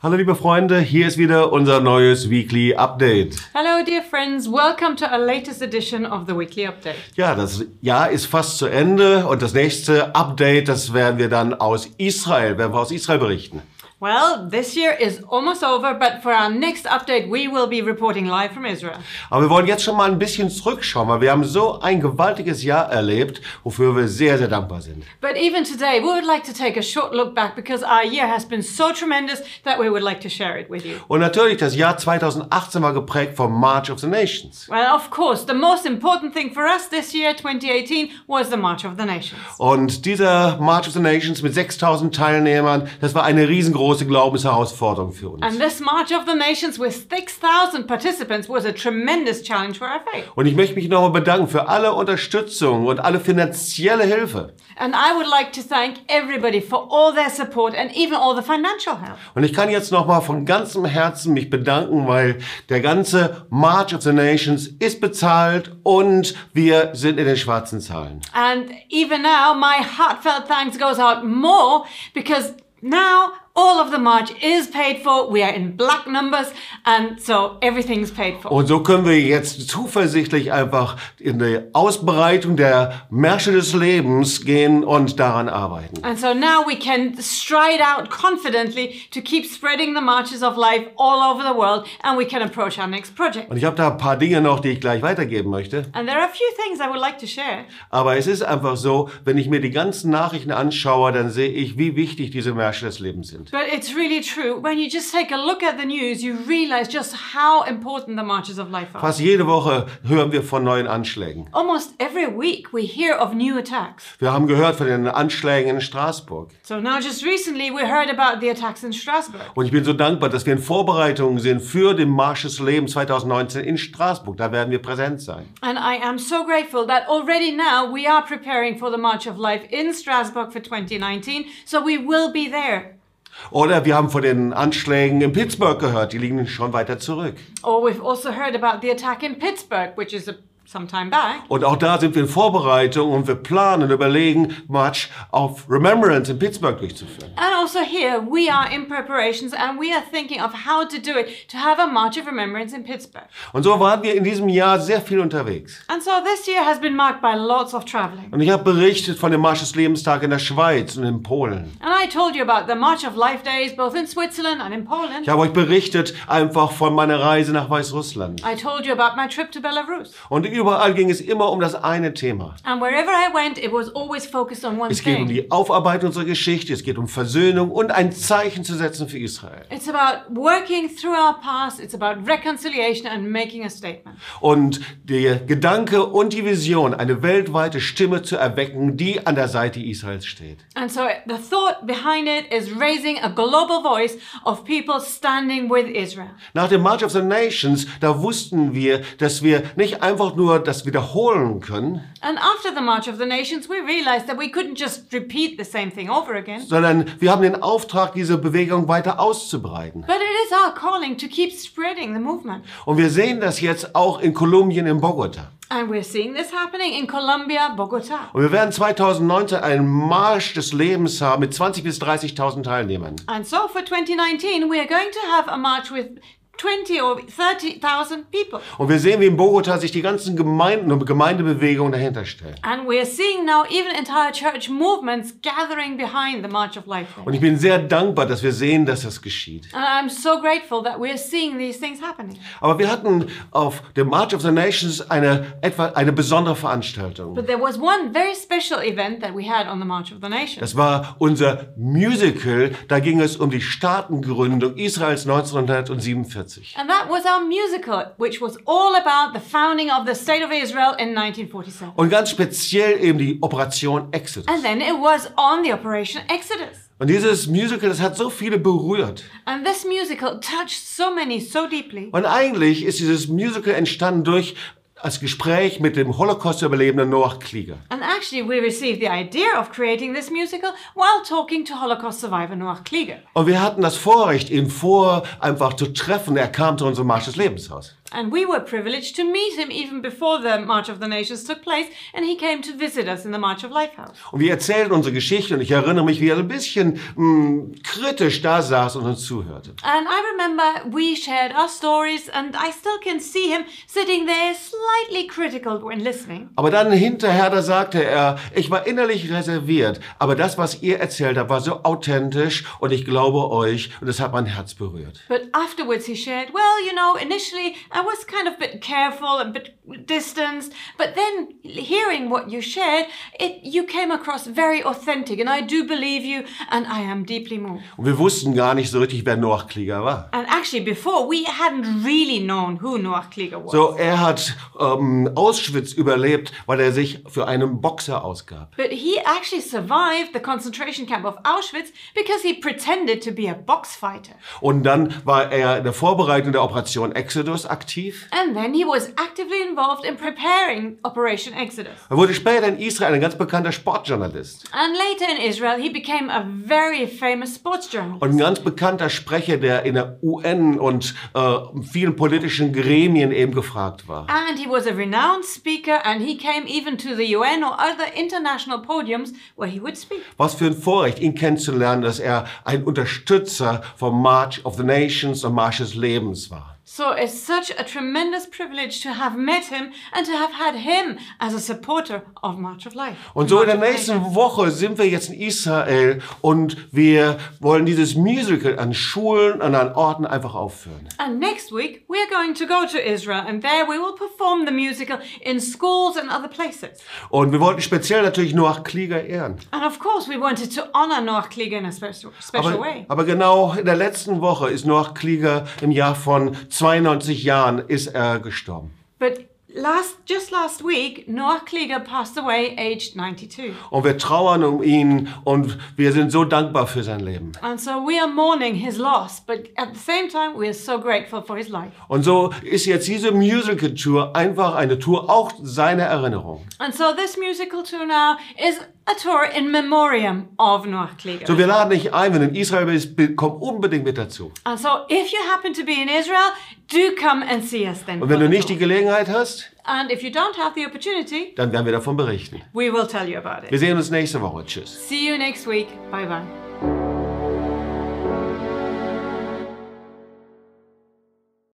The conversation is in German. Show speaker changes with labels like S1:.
S1: Hallo liebe Freunde, hier ist wieder unser neues Weekly Update.
S2: Hello, dear friends. Welcome to our latest edition of the Weekly Update.
S1: Ja, das Jahr ist fast zu Ende und das nächste Update, das werden wir dann aus Israel, werden wir aus Israel berichten.
S2: Well, this year is almost over, but for our next update, we will be reporting live from Israel.
S1: Aber wir wollen jetzt schon mal ein bisschen zurückschauen, weil wir haben so ein gewaltiges Jahr erlebt, wofür wir sehr, sehr dankbar sind.
S2: But even today, we would like to take a short look back because our year has been so tremendous that we would like to share it with you.
S1: Und natürlich, das Jahr 2018 war geprägt vom March of the Nations.
S2: Well, of course, the most important thing for us this year, 2018, was the March of the Nations.
S1: Und dieser March of the Nations mit 6000 Teilnehmern, das war eine riesengroße Glaubensherausforderung für uns.
S2: And this March of the Nations with 6,000 participants was a tremendous challenge for our faith.
S1: Und ich möchte mich nochmal bedanken für alle Unterstützung und alle finanzielle Hilfe.
S2: And I would like to thank everybody for all their support and even all the financial help.
S1: Und ich kann jetzt nochmal von ganzem Herzen mich bedanken, weil der ganze March of the Nations ist bezahlt und wir sind in den schwarzen Zahlen.
S2: And even now, my heartfelt thanks goes out more because now all of the march is paid for. We are in black numbers, and so everything's paid for.
S1: Und so können wir jetzt zuversichtlich einfach in die Ausbreitung der Märsche des Lebens gehen und daran arbeiten.
S2: And so now we can stride out confidently to keep spreading the marches of life all over the world, and we can approach our next project.
S1: Und ich habe da ein paar Dinge noch, die ich gleich weitergeben möchte.
S2: And there are a few things I would like to share.
S1: Aber es ist einfach so, wenn ich mir die ganzen Nachrichten anschaue, dann sehe ich, wie wichtig diese Märsche des Lebens sind.
S2: But it's really true. When you just take a look at the news, you realize just how important the marches of life are.
S1: Fast jede Woche hören wir von neuen Anschlägen.
S2: Almost every week, we hear of new attacks.
S1: Wir haben gehört von den Anschlägen in Straßburg.
S2: So now just recently we heard about the attacks in Strasbourg.
S1: Und ich bin so dankbar, dass wir in Vorbereitungen sind für den Marsch des Lebens 2019 in Straßburg. Da werden wir präsent sein.
S2: And I am so grateful that already now we are preparing for the March of Life in Strasbourg for 2019. So we will be there.
S1: Oder wir haben von den Anschlägen in Pittsburgh gehört. Die liegen schon weiter zurück.
S2: Or we've also heard about the attack in Pittsburgh, which is a, some time back.
S1: Und auch da sind wir in Vorbereitung und wir planen und überlegen, March auf Remembrance in Pittsburgh durchzuführen.
S2: And also here we are in preparations and we are thinking of how to do it to have a March of Remembrance in Pittsburgh.
S1: Und so waren wir in diesem Jahr sehr viel unterwegs.
S2: And so this year has been marked by lots of traveling.
S1: Und ich habe berichtet von dem Marsch des Lebenstag in der Schweiz und in Polen.
S2: And I told you about the March of Life days both in Switzerland and in Poland.
S1: Ich habe euch berichtet einfach von meiner Reise nach Weißrussland.
S2: I told you about my trip to Belarus.
S1: Und überall ging es immer um das eine Thema.
S2: And wherever I went, it was always focused on one
S1: Es geht um
S2: thing.
S1: die Aufarbeitung unserer Geschichte, es geht um Versöhnung und ein Zeichen zu setzen für Israel.
S2: It's about working through our past, it's about reconciliation and making a statement.
S1: Und der Gedanke und die Vision, eine weltweite Stimme zu erwecken, die an der Seite Israels steht.
S2: And so the thought behind it is raising a global voice of people standing with Israel.
S1: Nach dem March of the Nations, da wussten wir, dass wir nicht einfach nur das wiederholen können,
S2: And after the March of the Nations, we realized that we couldn't just repeat the same thing over again.
S1: sondern wir haben den Auftrag, diese Bewegung weiter auszubreiten.
S2: But it is our calling to keep spreading the movement.
S1: Und wir sehen das jetzt auch in Kolumbien, in Bogota.
S2: And we're seeing this happening in Colombia, Bogota.
S1: Und wir werden 2019 einen Marsch des Lebens haben mit 20.000 bis 30.000 Teilnehmern.
S2: And so for 2019, we are going to have a march with 20 or 30,000 people.
S1: Und wir sehen, wie in Bogota sich die ganzen Gemeinden und Gemeindebewegungen dahinter stellen.
S2: And we're seeing now even entire church movements gathering behind the March of Life. Day.
S1: Und ich bin sehr dankbar, dass wir sehen, dass das geschieht.
S2: And I'm so grateful that we're seeing these things happening.
S1: Aber wir hatten auf dem March of the Nations eine, etwa, eine besondere Veranstaltung.
S2: But there was one very special event that we had on the March of the Nations.
S1: Das war unser Musical. Da ging es um die Staatengründung Israels 1947.
S2: And that was our musical, which was all about the founding of the State of Israel in 1947.
S1: Und ganz speziell eben die Operation Exodus.
S2: And then it was on the Operation Exodus.
S1: Und dieses Musical, das hat so viele berührt.
S2: And this musical touched so many so deeply.
S1: Und eigentlich ist dieses Musical entstanden durch das Gespräch mit dem Holocaust-Überlebenden Noach Klieger.
S2: And actually, we received the idea of creating this musical while talking to Holocaust survivor Noach Klieger.
S1: Und wir hatten das Vorrecht, ihn vor einfach zu treffen. Er kam zu unserem Marsch des Lebenshaus.
S2: And we were privileged to meet him even before the March of the Nations took place, and he came to visit us in the March of Lifehouse.
S1: Und wir erzählten unsere Geschichte und ich erinnere mich, wie er ein bisschen mh, kritisch da saß und uns zuhörte.
S2: And I remember we shared our stories, and I still can see him sitting there slightly critical when listening.
S1: Aber dann hinterher, da sagte er, ich war innerlich reserviert, aber das, was ihr erzählt habt, war so authentisch und ich glaube euch und es hat mein Herz berührt.
S2: But afterwards, he shared, Well, you know, initially I was kind of a bit careful and a bit distanced, but then hearing what you shared, it, you came across very authentic, and I do believe you, and I am deeply moved.
S1: Und wir wussten gar nicht so richtig, wer Noach Klieger war.
S2: And actually, before we hadn't really known who Noach Klieger was.
S1: So, er hat ähm, Auschwitz überlebt, weil er sich für einen Boxer ausgab.
S2: But he actually survived the concentration camp of Auschwitz because he pretended to be a box fighter.
S1: Und dann war er in der Vorbereitung der Operation Exodus aktiv.
S2: And then he was actively involved in preparing Operation Exodus.
S1: Er wurde später in Israel ein ganz bekannter Sportjournalist
S2: And later in Israel, he became a very famous sports journalist.
S1: und ein ganz bekannter Sprecher, der in der UN und äh, vielen politischen Gremien eben gefragt war.
S2: And he was a renowned speaker, and he came even to the UN or other international podiums where he would speak.
S1: Was für ein Vorrecht, ihn kennenzulernen, dass er ein Unterstützer vom March of the Nations und Marsch des Lebens war.
S2: So it's such a tremendous privilege to have met him and to have had him as a supporter of March of Life.
S1: Und so in der
S2: March of Life.
S1: nächsten Woche sind wir jetzt in Israel und wir wollen dieses Musical an Schulen und an Orten einfach aufführen.
S2: And next week, we are going to go to Israel, and there we will perform the musical in schools and other places.
S1: Und wir wollten speziell natürlich Noach Klieger ehren.
S2: And of course, we wanted to honor Noach Klieger in a special, special
S1: Aber,
S2: way.
S1: aber genau in der letzten Woche ist Noach Klieger im Jahr von 92 Jahren ist er gestorben.
S2: But last, just last week, Noach Klieger passed away aged 92.
S1: Und wir trauern um ihn und wir sind so dankbar für sein Leben.
S2: And so we are mourning his loss, but at the same time, we are so grateful for his life.
S1: Und so ist jetzt diese Musical-Tour einfach eine Tour auch seiner Erinnerung.
S2: And so this musical tour now is a tour in memoriam of Noach Klieger.
S1: So, wir laden dich ein, wenn du in Israel bist, komm unbedingt mit dazu.
S2: and so if you happen to be in Israel, do come and see us then.
S1: Und
S2: for
S1: wenn du
S2: the
S1: nicht
S2: tour.
S1: die Gelegenheit hast,
S2: And if you don't have the opportunity,
S1: dann werden wir davon berichten.
S2: we will tell you about
S1: Wir
S2: it.
S1: sehen uns nächste Woche. Tschüss.
S2: See you next week. Bye bye.